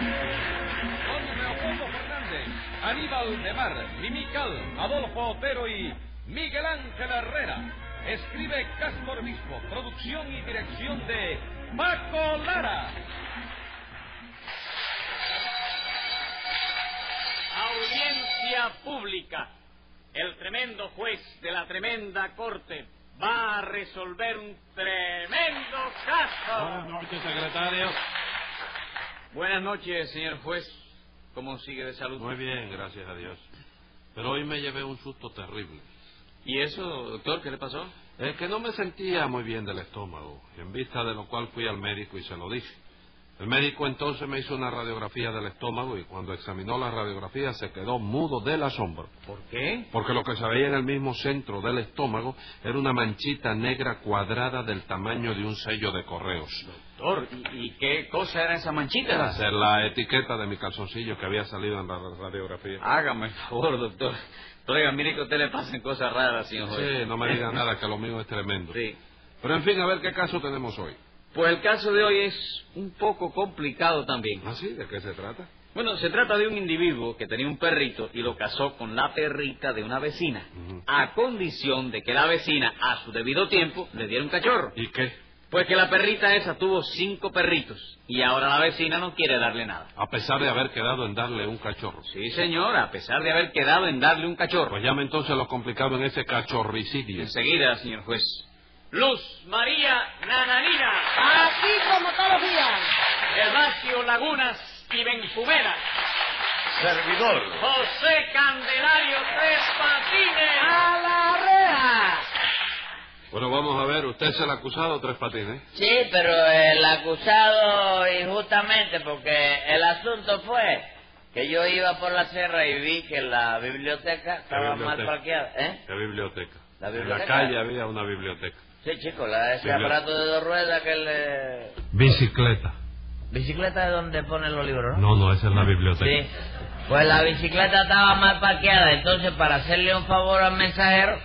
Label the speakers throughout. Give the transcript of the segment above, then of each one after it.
Speaker 1: Con Leopoldo Fernández, Aníbal de Mar, Mimical, Adolfo Otero y Miguel Ángel Herrera. Escribe Castro Mismo, producción y dirección de Paco Lara.
Speaker 2: Audiencia pública. El tremendo juez de la tremenda corte va a resolver un tremendo caso.
Speaker 3: Ah,
Speaker 1: noches, secretario.
Speaker 2: Buenas noches, señor juez. ¿Cómo sigue de salud?
Speaker 3: Muy bien, gracias a Dios. Pero hoy me llevé un susto terrible.
Speaker 2: ¿Y eso, doctor, qué le pasó?
Speaker 3: Es que no me sentía muy bien del estómago, en vista de lo cual fui al médico y se lo dije. El médico entonces me hizo una radiografía del estómago y cuando examinó la radiografía se quedó mudo del asombro,
Speaker 2: ¿Por qué?
Speaker 3: porque lo que se veía en el mismo centro del estómago era una manchita negra cuadrada del tamaño de un sello de correos.
Speaker 2: Doctor, ¿y, y qué cosa era esa manchita?
Speaker 3: Era ser la etiqueta de mi calzoncillo que había salido en la radiografía.
Speaker 2: Hágame el favor, doctor. Oiga, mire que a usted le pasan cosas raras, señor juez.
Speaker 3: Sí, no me diga nada, que lo mío es tremendo.
Speaker 2: Sí.
Speaker 3: Pero en fin, a ver qué caso tenemos hoy.
Speaker 2: Pues el caso de hoy es un poco complicado también.
Speaker 3: ¿Ah, sí? ¿De qué se trata?
Speaker 2: Bueno, se trata de un individuo que tenía un perrito y lo casó con la perrita de una vecina,
Speaker 3: Ujú.
Speaker 2: a condición de que la vecina, a su debido tiempo, le diera un cachorro.
Speaker 3: ¿Y qué?
Speaker 2: Pues que la perrita esa tuvo cinco perritos y ahora la vecina no quiere darle nada.
Speaker 3: A pesar de haber quedado en darle un cachorro.
Speaker 2: Sí, señora, a pesar de haber quedado en darle un cachorro.
Speaker 3: Pues llame entonces lo complicado en ese cachorricidio.
Speaker 2: Enseguida, señor juez. Luz María Nananina,
Speaker 4: Así como todos los días.
Speaker 2: Herbacio Lagunas y Benjumera,
Speaker 5: Servidor.
Speaker 2: José Candelario Tres Patines.
Speaker 4: ¡A la reja!
Speaker 3: Bueno, vamos a ver, usted es el acusado, Tres Patines. ¿eh?
Speaker 6: Sí, pero el acusado injustamente porque el asunto fue que yo iba por la sierra y vi que la biblioteca estaba mal
Speaker 3: biblioteca.
Speaker 6: parqueada. ¿Eh?
Speaker 3: La biblioteca.
Speaker 6: ¿La
Speaker 3: En la
Speaker 6: biblioteca?
Speaker 3: calle había una biblioteca.
Speaker 6: Sí, chico, la, ese
Speaker 3: Bibli-
Speaker 6: aparato de dos ruedas que le...
Speaker 3: Bicicleta.
Speaker 6: Bicicleta es donde ponen los libros, ¿no?
Speaker 3: No, no, esa es la biblioteca.
Speaker 6: Sí. Pues la bicicleta estaba mal parqueada, entonces para hacerle un favor al mensajero,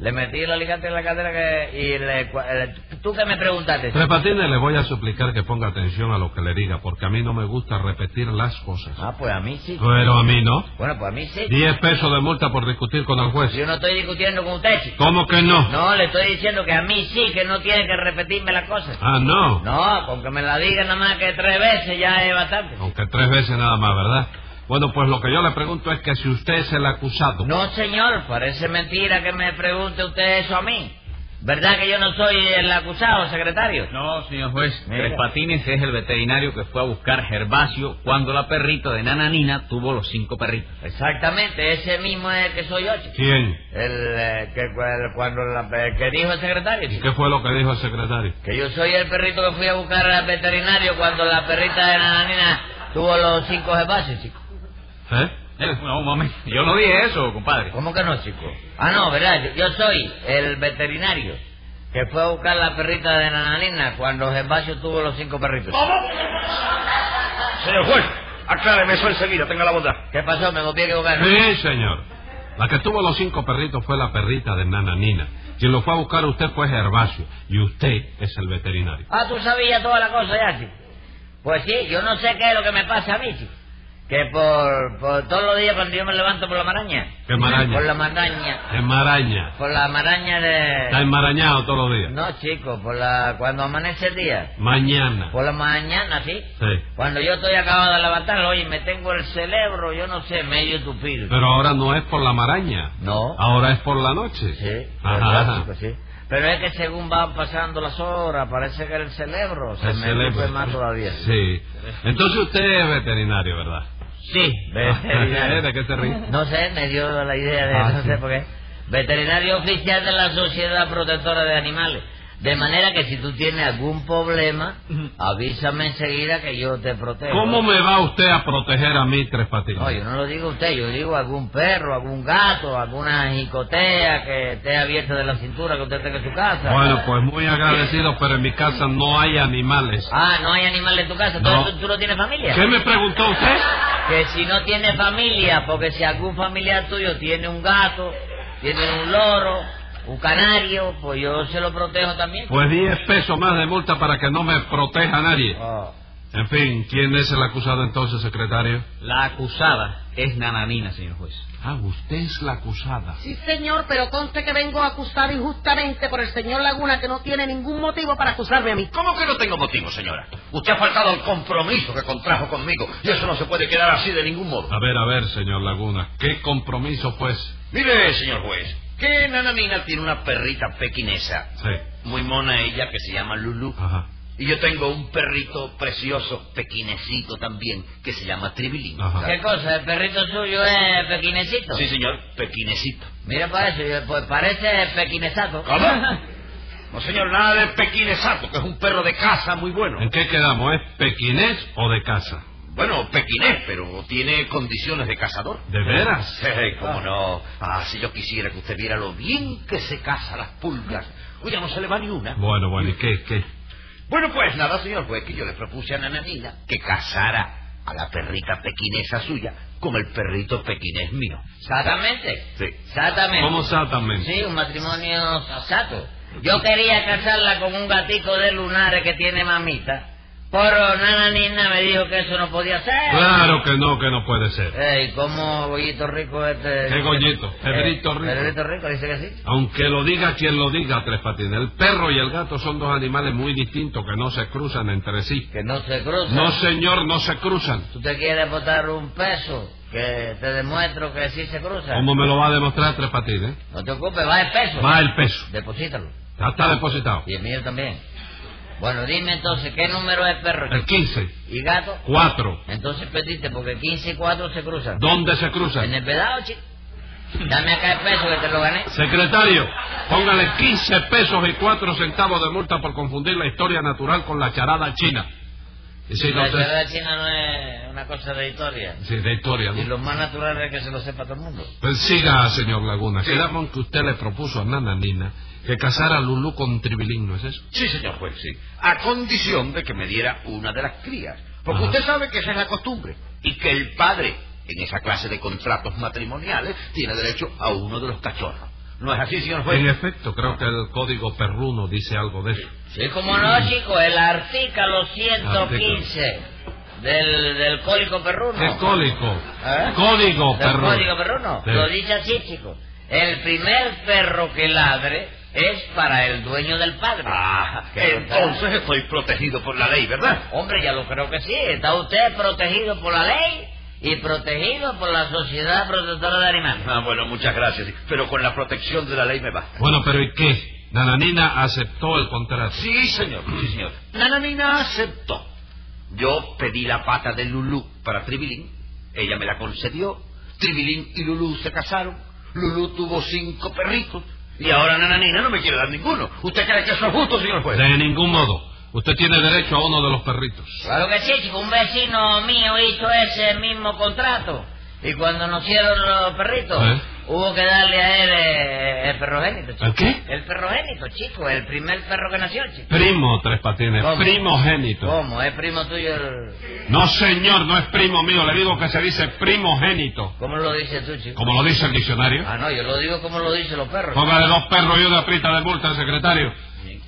Speaker 6: le metí el alicate en la cadera que- y le... cua- eh, ¿Tú que me preguntaste?
Speaker 3: Tres Patines, le voy a suplicar que ponga atención a lo que le diga, porque a mí no me gusta repetir las cosas.
Speaker 6: Ah, pues a mí sí.
Speaker 3: Pero a mí no.
Speaker 6: Bueno, pues a mí sí.
Speaker 3: Diez pesos de multa por discutir con el juez.
Speaker 6: Yo no estoy discutiendo con usted, chico.
Speaker 3: ¿Cómo que no?
Speaker 6: No, le estoy diciendo que a mí sí, que no tiene que repetirme la cosa.
Speaker 3: Ah, no.
Speaker 6: No, con que me la diga nada más que tres veces ya es bastante.
Speaker 3: Aunque tres veces nada más, ¿verdad? Bueno, pues lo que yo le pregunto es que si usted es el acusado.
Speaker 6: No, señor, parece mentira que me pregunte usted eso a mí. ¿Verdad que yo no soy el acusado, secretario?
Speaker 2: No, señor juez,
Speaker 6: Mira.
Speaker 2: Tres Patines es el veterinario que fue a buscar Gervasio cuando la perrita de Nananina tuvo los cinco perritos.
Speaker 6: Exactamente, ese mismo es el que soy yo, chico.
Speaker 3: ¿Quién?
Speaker 6: El eh, que, el- cuando la, el que dijo el secretario,
Speaker 3: ¿Y
Speaker 6: chico.
Speaker 3: qué fue lo que dijo el secretario?
Speaker 6: Que yo soy el perrito que fui a buscar al veterinario cuando la perrita de Nananina tuvo los cinco jefaces, chico.
Speaker 3: ¿Eh?
Speaker 2: No, un momento, yo no dije eso, compadre.
Speaker 6: ¿Cómo que no, chico? Ah, no, ¿verdad? Yo- Yo soy el veterinario que fue a buscar la perrita de Nananina cuando Gervasio tuvo los cinco perritos.
Speaker 5: Señor juez, acláreme eso enseguida, tenga la bondad.
Speaker 6: ¿Qué pasó? ¿Me copié equivocar?
Speaker 3: Sí, señor. La que tuvo los cinco perritos fue la perrita de Nananina. Quien lo fue a buscar a usted fue Gervasio. Y usted es el veterinario.
Speaker 6: Ah, tú sabías toda la cosa ya, chico. Pues sí, yo no sé qué es lo que me pasa a mí, chico. Que por, por todos los días cuando yo me levanto por la maraña.
Speaker 3: ¿Qué maraña?
Speaker 6: Por la maraña.
Speaker 3: En maraña.
Speaker 6: Por la maraña
Speaker 3: Está
Speaker 6: de...
Speaker 3: enmarañado todos los días.
Speaker 6: No, chico, por la... cuando amanece el día.
Speaker 3: Mañana.
Speaker 6: Por la mañana, sí.
Speaker 3: Sí.
Speaker 6: Cuando yo estoy acabado de levantar, oye, me tengo el cerebro, yo no sé, medio tupido.
Speaker 3: Pero ahora no es por la maraña.
Speaker 6: No.
Speaker 3: Ahora es por la noche.
Speaker 6: Sí,
Speaker 3: Ajá.
Speaker 6: ¿verdad, chico? Sí. Pero es que según van pasando las horas, parece que el cerebro se
Speaker 3: El
Speaker 6: me
Speaker 3: cerebro.
Speaker 6: duerme más todavía.
Speaker 3: Sí. Entonces usted es veterinario, ¿verdad?
Speaker 6: Sí, veterinario.
Speaker 3: ¿De qué se ríe?
Speaker 6: No sé, me dio la idea de,
Speaker 3: Ah,
Speaker 6: no
Speaker 3: sí.
Speaker 6: sé por qué. Veterinario oficial de la Sociedad Protectora de Animales. De manera que si tú tienes algún problema, avísame enseguida que yo te protejo.
Speaker 3: ¿Cómo me va usted a proteger a mí, Tres Patines?
Speaker 6: No, yo no lo digo a usted, yo digo a algún perro, algún gato, alguna jicotea que esté abierta de la cintura que usted tenga en su casa.
Speaker 3: Bueno, pues muy agradecido, pero en mi casa no hay animales.
Speaker 6: Ah, no hay animales en tu casa,
Speaker 3: No.
Speaker 6: ¿Tú, tú, tú no tienes familia.
Speaker 3: ¿Qué me preguntó usted?
Speaker 6: Que si no tienes familia, porque si algún familiar tuyo tiene un gato, tiene un loro, un canario, pues yo se lo protejo también.
Speaker 3: Pues 10 pesos más de multa para que no me proteja nadie.
Speaker 6: Oh.
Speaker 3: En fin, ¿quién es el acusado entonces, secretario?
Speaker 7: La acusada es Nananina, señor juez.
Speaker 3: Ah, usted es la acusada.
Speaker 4: Sí, señor, pero conste que vengo acusado injustamente por el señor Laguna, que no tiene ningún motivo para acusarme a mí.
Speaker 5: ¿Cómo que no tengo motivo, señora? Usted ha faltado al compromiso que contrajo conmigo y eso no se puede quedar así de ningún modo.
Speaker 3: A ver, a ver, señor Laguna, ¿qué compromiso, pues?
Speaker 5: Mire, señor juez, que Nanamina tiene una perrita pequinesa,
Speaker 3: Sí.
Speaker 5: muy mona ella, que se llama Lulu.
Speaker 3: Ajá,
Speaker 5: Y yo tengo un perrito precioso, pequinecito también, que se llama Tribilín.
Speaker 3: Ajá.
Speaker 6: ¿Qué cosa? ¿El perrito suyo es pequinecito?
Speaker 5: Sí, señor, pequinecito.
Speaker 6: Mira para eso, yo- pues parece pequinesato.
Speaker 5: ¿Cómo? No, señor, nada de pequinesato, que es un perro de casa muy bueno.
Speaker 3: ¿En qué quedamos? ¿Es pequinés o de casa?
Speaker 5: Bueno, pequinés, pero tiene condiciones de cazador.
Speaker 3: ¿De veras?
Speaker 5: Sí, cómo no. Ah, si yo quisiera que usted viera lo bien que se caza las pulgas. Oye, no se le va ni una.
Speaker 3: Bueno, bueno, ¿y qué, qué?
Speaker 5: Bueno, pues nada, señor juez, que yo le propuse a Nananina que casara a la perrita pequinesa suya con el perrito pequinés mío.
Speaker 6: Exactamente.
Speaker 5: Sí.
Speaker 6: Exactamente.
Speaker 3: ¿Cómo exactamente?
Speaker 6: Sí, un matrimonio sasato. Yo quería casarla con un gatico de lunares que tiene mamita, pero Nana Nina me dijo que eso no podía ser.
Speaker 3: Claro que no, que no puede ser.
Speaker 6: Ey, ¿cómo Gollito Rico este...?
Speaker 3: ¿Qué Gollito?
Speaker 6: Eh,
Speaker 3: Pedrito Rico.
Speaker 6: Pedrito Rico, dice que sí.
Speaker 3: Aunque lo diga quien lo diga, Tres Patines, el perro y el gato son dos animales muy distintos que no se cruzan entre sí.
Speaker 6: Que no se cruza.
Speaker 3: No, señor, no se cruzan.
Speaker 6: ¿Tú te quieres botar un peso? Que te demuestro que sí se cruza.
Speaker 3: ¿Cómo me lo va a demostrar Tres Patines?
Speaker 6: No te ocupes, va el peso.
Speaker 3: Va el peso.
Speaker 6: Deposítalo.
Speaker 3: Ya está depositado.
Speaker 6: Y el mío también. Bueno, dime entonces, ¿qué número es perro?
Speaker 3: El 15,
Speaker 6: ¿Y gato?
Speaker 3: 4.
Speaker 6: Entonces perdiste, porque 15 y 4 se cruzan.
Speaker 3: ¿Dónde se
Speaker 6: En
Speaker 3: cruzan?
Speaker 6: el pedazo, chico. Dame acá el peso que te lo gané.
Speaker 3: Secretario, póngale 15 pesos y 4 centavos de multa por confundir la historia natural con la charada china. Y si no te...
Speaker 6: la ciudad china no es una cosa de historia.
Speaker 3: Sí, de historia,
Speaker 6: Y
Speaker 3: ¿no?
Speaker 6: lo más natural es que se lo sepa todo el mundo.
Speaker 3: Pues siga, señor Laguna. Quedamos que usted le propuso a Nananina que casara a Lulú con Tribilín, ¿no es eso?
Speaker 5: Sí, señor juez, sí. A condición de que me diera una de las crías. Porque
Speaker 3: Ajá.
Speaker 5: usted sabe que esa es la costumbre. Y que el padre, en esa clase de contratos matrimoniales, tiene derecho a uno de los cachorros. ¿No es así, señor
Speaker 3: En
Speaker 5: juez?
Speaker 3: efecto, creo que el código perruno dice algo de eso.
Speaker 6: Sí, como no, chico, el artículo 115 del, del Código Perruno.
Speaker 3: ¿Qué cólico?
Speaker 6: ¿Eh?
Speaker 3: Código
Speaker 6: del
Speaker 3: perruno.
Speaker 6: Código Perruno.
Speaker 3: Sí.
Speaker 6: Lo dice así, chico. El primer perro que ladre es para el dueño del padre.
Speaker 5: Ah, Oh.
Speaker 6: Claro, claro.
Speaker 5: entonces estoy protegido por la ley, ¿verdad?
Speaker 6: Hombre, ya lo creo que sí. Está usted protegido por la ley y protegido por la Sociedad Protectora de Animales.
Speaker 5: Ah, bueno, muchas gracias. Pero con la protección de la ley me basta.
Speaker 3: Bueno, pero ¿y qué? Nananina aceptó el contrato.
Speaker 5: Sí, señor, sí, señor. Nananina aceptó. Yo pedí la pata de Lulú para Tribilín. Ella me la concedió. Tribilín y Lulú se casaron. Lulú tuvo cinco perritos. Y ahora Nananina no me quiere dar ninguno. ¿Usted cree que eso es justo, señor
Speaker 6: pues.
Speaker 5: juez?
Speaker 3: De ningún modo. Usted tiene derecho a uno de los perritos.
Speaker 6: Claro que sí, chico. Un vecino mío hizo ese mismo contrato. Y cuando nacieron los perritos,
Speaker 3: ¿Eh?
Speaker 6: hubo que darle a él eh, el perrogénito, chico.
Speaker 3: ¿El qué?
Speaker 6: El perrogénito, chico. El primer perro que nació, chico.
Speaker 3: Primo, Tres Patines.
Speaker 6: ¿Cómo?
Speaker 3: Primogénito.
Speaker 6: ¿Cómo? ¿Es primo tuyo el...?
Speaker 3: No, señor, no es primo mío. Le digo que se dice primogénito.
Speaker 6: ¿Cómo lo dices tú, chico?
Speaker 3: Como lo dice el diccionario.
Speaker 6: Ah, no, yo lo digo como lo dicen los perros.
Speaker 3: Póngale dos perros y una prita de multa, secretario.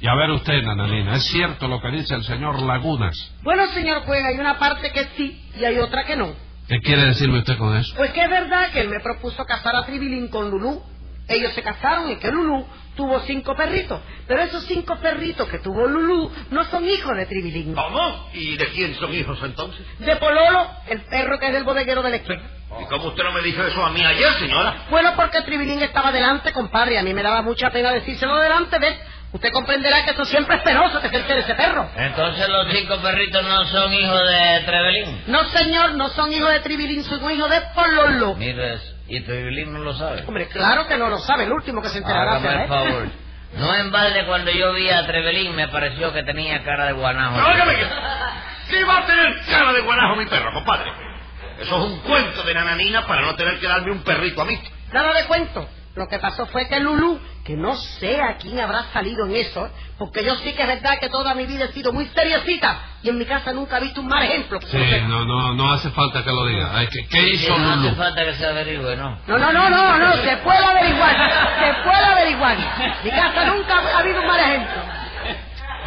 Speaker 3: Y a ver usted, Nananina, ¿es cierto lo que dice el señor Lagunas?
Speaker 4: Bueno, señor juez, hay una parte que sí y hay otra que no.
Speaker 3: ¿Qué quiere decirme usted con eso?
Speaker 4: Pues que es verdad que él me propuso casar a Tribilín con Lulú. Ellos se casaron y que Lulú tuvo cinco perritos. Pero esos cinco perritos que tuvo Lulú no son hijos de Tribilín.
Speaker 5: ¿Cómo? ¿Y de quién son hijos entonces?
Speaker 4: De Pololo, el perro que es del bodeguero de la esquina.
Speaker 5: ¿Y cómo usted no me dijo eso a mí ayer, señora?
Speaker 4: Bueno, porque Tribilín estaba delante, compadre. A mí me daba mucha pena decírselo delante de él. Usted comprenderá que eso siempre es penoso que se entere ese perro.
Speaker 6: Entonces los cinco perritos no son hijos de Trevelín.
Speaker 4: No, señor, no son hijos de Tribilín, son hijos de Pololo.
Speaker 6: Mira eso. Y Trevelín no lo sabe.
Speaker 4: Hombre, claro que no lo sabe, el último que se ¿eh? enterará será
Speaker 6: Hágame el
Speaker 4: él.
Speaker 6: favor. No en balde cuando yo vi a Trevelín me pareció que tenía cara de guanajo.
Speaker 5: Óigame, que- ¿qué va a tener cara de guanajo mi perro, compadre? Eso es un cuento de Nananina para no tener que darme un perrito a mí.
Speaker 4: Nada de cuento. Lo que pasó fue que Lulú, que no sé a quién habrá salido en eso, porque yo sí que es verdad que toda mi vida he sido muy seriecita y en mi casa nunca he visto un mal ejemplo.
Speaker 3: Sí, no, no, no hace falta que lo diga. Ay, ¿Qué, qué
Speaker 6: Sí,
Speaker 3: hizo
Speaker 6: no hace
Speaker 3: Lulú?
Speaker 6: falta que se averigüe, ¿no?
Speaker 4: No, no, no, no, no, se puede averiguar, se puede averiguar. Mi casa nunca ha habido un mal ejemplo.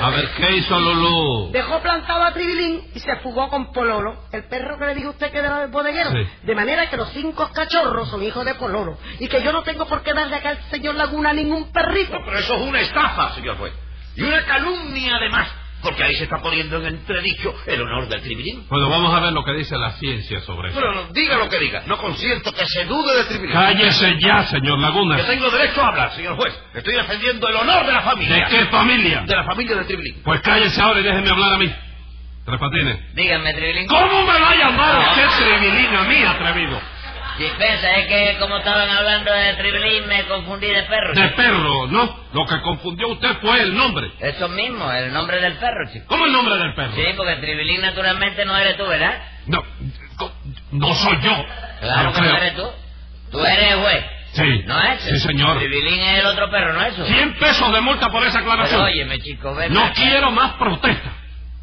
Speaker 3: A ver, ¿qué hizo Lulú?
Speaker 4: Dejó plantado a Tribilín y se fugó con Pololo, el perro que le dijo usted que era el bodeguero.
Speaker 3: Sí.
Speaker 4: De manera que los cinco cachorros son hijos de Pololo. Y que yo no tengo por qué darle acá al señor Laguna ningún perrito.
Speaker 5: No, pero eso es una estafa, señor juez. Y una calumnia, además. Porque ahí se está poniendo en entredicho el honor del Tribilín.
Speaker 3: Bueno, vamos a ver lo que dice la ciencia sobre eso.
Speaker 5: Pero no, diga lo que diga. No consiento que se dude del Tribilín.
Speaker 3: Cállese ya, señor
Speaker 5: Yo
Speaker 3: Laguna.
Speaker 5: tengo derecho a hablar, señor juez. Estoy defendiendo el honor de la
Speaker 3: ¿De
Speaker 5: familia.
Speaker 3: qué familia?
Speaker 5: De la familia del Tribilín.
Speaker 3: Pues cállese ahora y déjeme hablar a mí. Tres Patines.
Speaker 6: Dígame, Tribilín.
Speaker 3: ¿Cómo me va a llamar usted trivilino a mí, atrevido?
Speaker 6: Dispensa, es que como estaban hablando de Tribilín me confundí de perro.
Speaker 3: De
Speaker 6: chico.
Speaker 3: perro, ¿no? Lo que confundió usted fue el nombre.
Speaker 6: Eso mismo, el nombre del perro, chico.
Speaker 3: ¿Cómo el nombre del perro?
Speaker 6: Sí, porque Tribilín naturalmente no eres tú, ¿verdad?
Speaker 3: No, co- no soy yo.
Speaker 6: Claro
Speaker 3: Yo
Speaker 6: que no
Speaker 3: creo.
Speaker 6: eres tú. Tú eres el juez.
Speaker 3: Sí.
Speaker 6: ¿No es?
Speaker 3: Sí, señor.
Speaker 6: Tribilín es el otro perro, ¿no es eso?
Speaker 3: 100 pesos de multa por esa
Speaker 6: Pero
Speaker 3: aclaración.
Speaker 6: óyeme, chico, ven.
Speaker 3: no
Speaker 6: acá.
Speaker 3: quiero más protesta.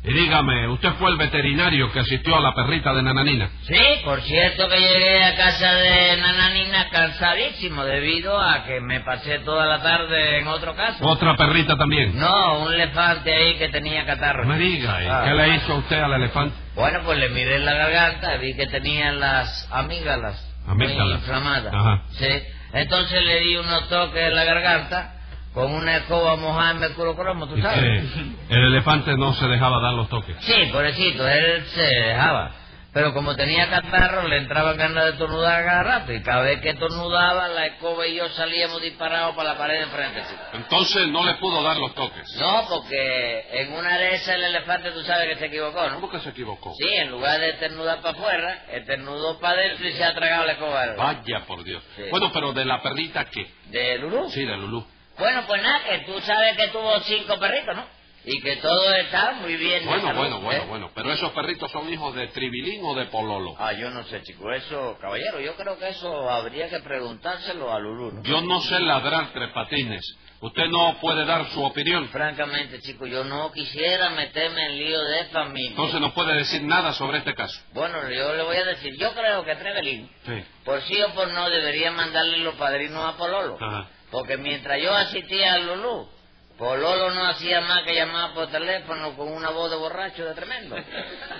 Speaker 3: Y dígame, ¿usted fue el veterinario que asistió a la perrita de Nananina?
Speaker 6: Sí, por cierto que llegué a casa de Nananina cansadísimo debido a que me pasé toda la tarde en otro caso.
Speaker 3: Otra perrita también.
Speaker 6: No, un elefante ahí que tenía catarro.
Speaker 3: Me diga, ¿eh? ¿y
Speaker 6: Ah.
Speaker 3: qué le hizo a usted al elefante?
Speaker 6: Bueno, pues le miré la garganta, vi que tenía las amígdalas, muy
Speaker 3: Amígdalas.
Speaker 6: inflamadas.
Speaker 3: Ajá.
Speaker 6: Sí. Entonces le di unos toques en la garganta con una escoba mojada en mercurio cromo, ¿tú
Speaker 3: Y
Speaker 6: sabes?
Speaker 3: que el elefante no se dejaba dar los toques.
Speaker 6: Sí, pobrecito, él se dejaba. Pero como tenía catarro, le entraba ganas de tornudar cada rato. Y cada vez que tornudaba, la escoba y yo salíamos disparados para la pared de enfrente. chico.
Speaker 3: Entonces no le pudo dar los toques.
Speaker 6: No, porque en una de esas el elefante, tú sabes que se equivocó, ¿no?
Speaker 3: ¿Cómo que se equivocó?
Speaker 6: Sí, en lugar de ternudar para afuera, ternudó para adentro y se ha tragado la escoba.
Speaker 3: Vaya por Dios.
Speaker 6: Sí.
Speaker 3: Bueno, pero de la perrita qué?
Speaker 6: ¿De Lulú?
Speaker 3: Sí, de Lulú.
Speaker 6: Bueno, pues nada, que tú sabes que tuvo cinco perritos, ¿no? Y que todos estaban muy bien. de
Speaker 3: Bueno,
Speaker 6: salud,
Speaker 3: bueno, bueno,
Speaker 6: ¿eh?
Speaker 3: bueno. Pero esos perritos son hijos de Tribilín o de Pololo.
Speaker 6: Ah, yo no sé, chico. Eso, caballero, yo creo que eso habría que preguntárselo a Lulú, ¿no?
Speaker 3: Yo no sé ladrar tres patines. Usted no puede dar su opinión.
Speaker 6: Francamente, chico, yo no quisiera meterme en lío de familia.
Speaker 3: Entonces no puede decir nada sobre este caso.
Speaker 6: Bueno, yo le voy a decir, yo creo que Trevelin,
Speaker 3: Sí.
Speaker 6: por sí o por no, debería mandarle los padrinos a Pololo.
Speaker 3: Ajá.
Speaker 6: Porque mientras yo asistía a Lulú, Pololo no hacía más que llamar por teléfono con una voz de borracho de tremendo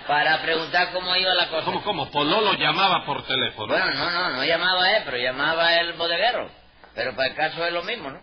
Speaker 6: para preguntar cómo iba la cosa.
Speaker 3: ¿Cómo, cómo? Pololo llamaba por teléfono. ¿Eh?
Speaker 6: Bueno, no, no, no llamaba él, pero llamaba el bodeguero. Pero para el caso es lo mismo, ¿no?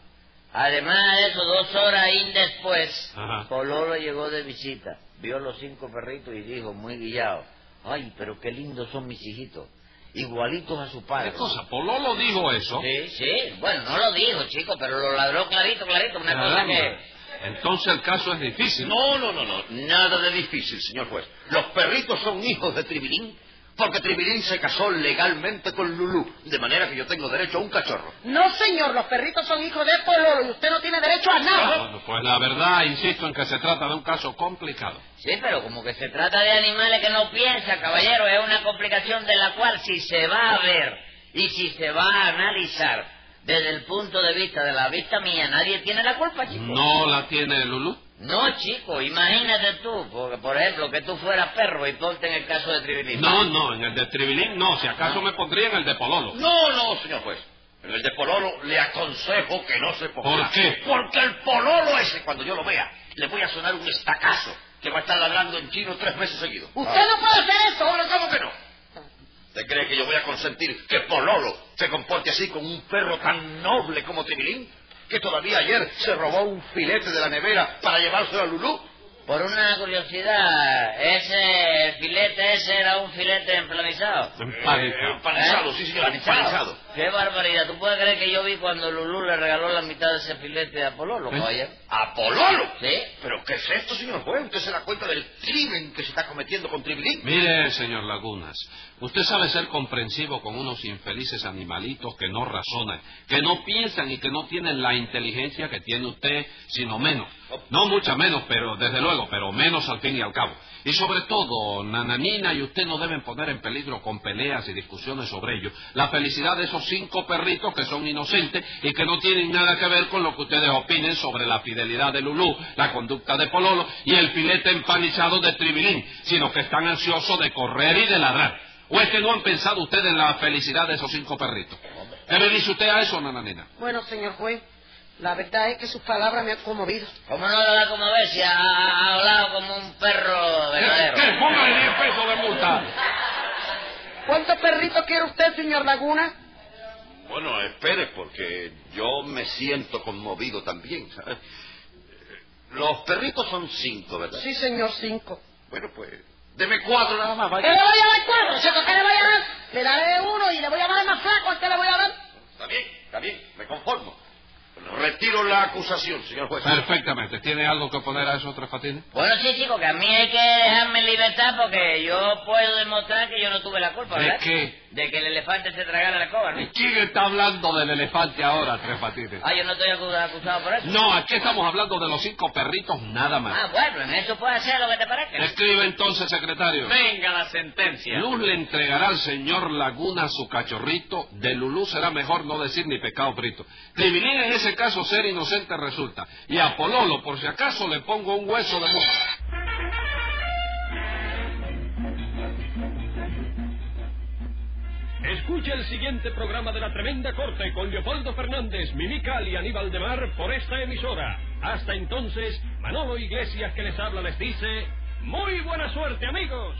Speaker 6: Además de eso, dos horas ahí después,
Speaker 3: Ajá.
Speaker 6: Pololo llegó de visita, vio los cinco perritos y dijo, muy guillado, ay, pero qué lindos son mis hijitos, igualitos a su padre.
Speaker 3: ¿Qué cosa? ¿Pololo dijo eso?
Speaker 6: Sí, sí, bueno, no lo dijo, chico, pero lo ladró clarito, clarito, una cosa
Speaker 3: Caramba.
Speaker 6: que...
Speaker 3: Entonces el caso es difícil.
Speaker 5: No, no, no, no. Nada de difícil, señor juez. Los perritos son hijos de Tribilín. Porque Tribilín se casó legalmente con Lulú. De manera que yo tengo derecho a un cachorro.
Speaker 4: No, señor, los perritos son hijos de Pololo y usted no tiene derecho a nada.
Speaker 3: Bueno, pues la verdad, insisto en que se trata de un caso complicado.
Speaker 6: Sí, pero como que se trata de animales que no piensan, caballero, es una complicación de la cual si se va a ver y si se va a analizar desde el punto de vista de la vista mía, nadie tiene la culpa, chico.
Speaker 3: ¿No la tiene Lulú?
Speaker 6: No, chico, imagínate tú, porque por ejemplo, que tú fueras perro y ponte en el caso de Tribilín.
Speaker 3: No, no, en el de Tribilín no. Si acaso me pondría en el de Pololo.
Speaker 5: No, no, señor juez. En el de Pololo le aconsejo que no se ponga.
Speaker 3: ¿Por qué?
Speaker 5: Porque el Pololo ese, cuando yo lo vea, le voy a sonar un estacazo que va a estar ladrando en chino tres meses seguidos.
Speaker 4: Usted no puede hacer eso.
Speaker 5: Ahora, ¿cómo que no? ¿Usted cree que yo voy a consentir que Pololo se comporte así con un perro tan noble como Tribilín? Que todavía ayer se robó un filete de la nevera para llevárselo a Lulú.
Speaker 6: Por una curiosidad, ese filete, ese era un filete empanizado.
Speaker 5: Eh,
Speaker 3: Empánico.
Speaker 5: empanizado, sí, señor, empanizado.
Speaker 6: Qué barbaridad, ¿tú puedes creer que yo vi cuando Lulú le regaló la mitad de ese filete a Pololo,
Speaker 3: ¿Eh?
Speaker 6: caballero?
Speaker 5: ¿A Pololo?
Speaker 6: Sí.
Speaker 5: ¿Pero qué es esto, señor juez? ¿Usted se da cuenta del crimen que se está cometiendo con Tribilín?
Speaker 3: Mire, señor Lagunas, usted sabe ser comprensivo con unos infelices animalitos que no razonan, que no piensan y que no tienen la inteligencia que tiene usted, sino menos. No mucha menos, pero desde luego, pero menos al fin y al cabo. Y sobre todo, Nananina y usted no deben poner en peligro con peleas y discusiones sobre ello la felicidad de esos cinco perritos que son inocentes y que no tienen nada que ver con lo que ustedes opinen sobre la fidelidad de Lulú, la conducta de Pololo y el filete empanizado de Tribilín, sino que están ansiosos de correr y de ladrar. ¿O es que no han pensado ustedes en la felicidad de esos cinco perritos? ¿Qué me dice usted a eso, nananina?
Speaker 4: Bueno, señor juez, La verdad es que sus palabras me han conmovido.
Speaker 6: ¿Cómo no lo da como ver si ha, ha hablado como un perro verdadero?
Speaker 3: ¡Que póngale 10 pesos de multa!
Speaker 4: ¿Cuántos perritos quiere usted, señor Laguna?
Speaker 5: Bueno, espere, porque yo me siento conmovido también, ¿sabes? Los perritos son cinco, ¿verdad?
Speaker 4: Sí, señor, cinco.
Speaker 5: Bueno, pues, deme cuatro nada más,
Speaker 4: ¿Qué le
Speaker 5: vaya.
Speaker 4: voy a dar cuatro? ¿Cierto que le voy a dar? Le daré uno y le voy a dar más flaco al que le voy a dar.
Speaker 5: Está bien, está bien, me conformo. Retiro la acusación, señor juez.
Speaker 3: Perfectamente. ¿Tiene algo que poner a esos tres patines?
Speaker 6: Bueno, sí, chico, que a mí hay que dejarme en libertad porque yo puedo demostrar que yo no tuve la culpa,
Speaker 3: ¿De
Speaker 6: ¿verdad?
Speaker 3: qué?
Speaker 6: De que el elefante se tragara la coba, ¿no?
Speaker 3: ¿Quién está hablando del elefante ahora, tres patines?
Speaker 6: Ah, yo no estoy acu- acusado por eso.
Speaker 3: No, aquí estamos hablando de los cinco perritos nada más.
Speaker 6: Ah, bueno, en eso puedes hacer lo que te parezca.
Speaker 3: Escribe entonces, secretario.
Speaker 2: Venga la sentencia.
Speaker 3: Luz le entregará al señor Laguna su cachorrito. De Lulú será mejor no decir ni pecado frito. Tribilín en ese caso ser inocente resulta. Y a Pololo, por si acaso, le pongo un hueso de mosca.
Speaker 1: Escucha el siguiente programa de La Tremenda Corte con Leopoldo Fernández, Mimical y Aníbal de Mar por esta emisora. Hasta entonces, Manolo Iglesias que les habla les dice, ¡Muy buena suerte amigos!